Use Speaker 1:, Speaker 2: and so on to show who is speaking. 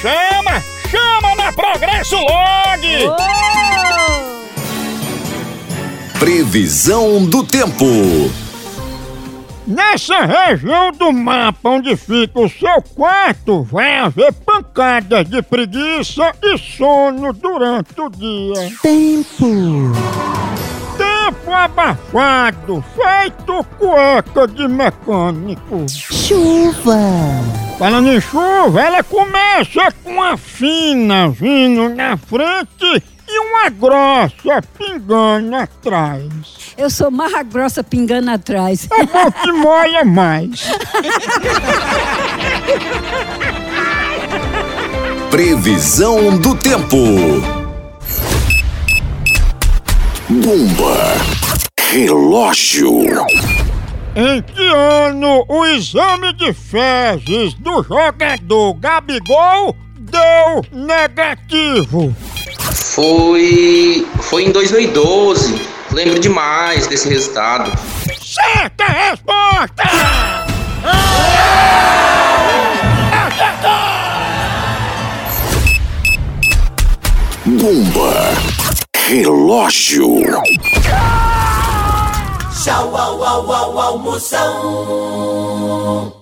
Speaker 1: Chama, chama na Progresso Log.
Speaker 2: Oh!
Speaker 3: Previsão do tempo.
Speaker 1: Nessa região do mapa onde fica o seu quarto, vai haver pancadas de preguiça e sono durante o dia. Tempo. Tempo abafado, feito cueca de mecânico. Falando em chuva, ela começa com a fina vindo na frente e uma grossa pingando atrás.
Speaker 2: Eu sou marra grossa pingando atrás.
Speaker 1: É bom que molha mais.
Speaker 3: Previsão do tempo. Bomba. Relógio.
Speaker 1: Em que ano o exame de fezes do jogador Gabigol deu negativo?
Speaker 4: Foi, foi em 2012. Lembro demais desse resultado.
Speaker 1: Certa resposta!
Speaker 3: Bomba. Relógio.
Speaker 5: Tchau, au, au, au, almoção.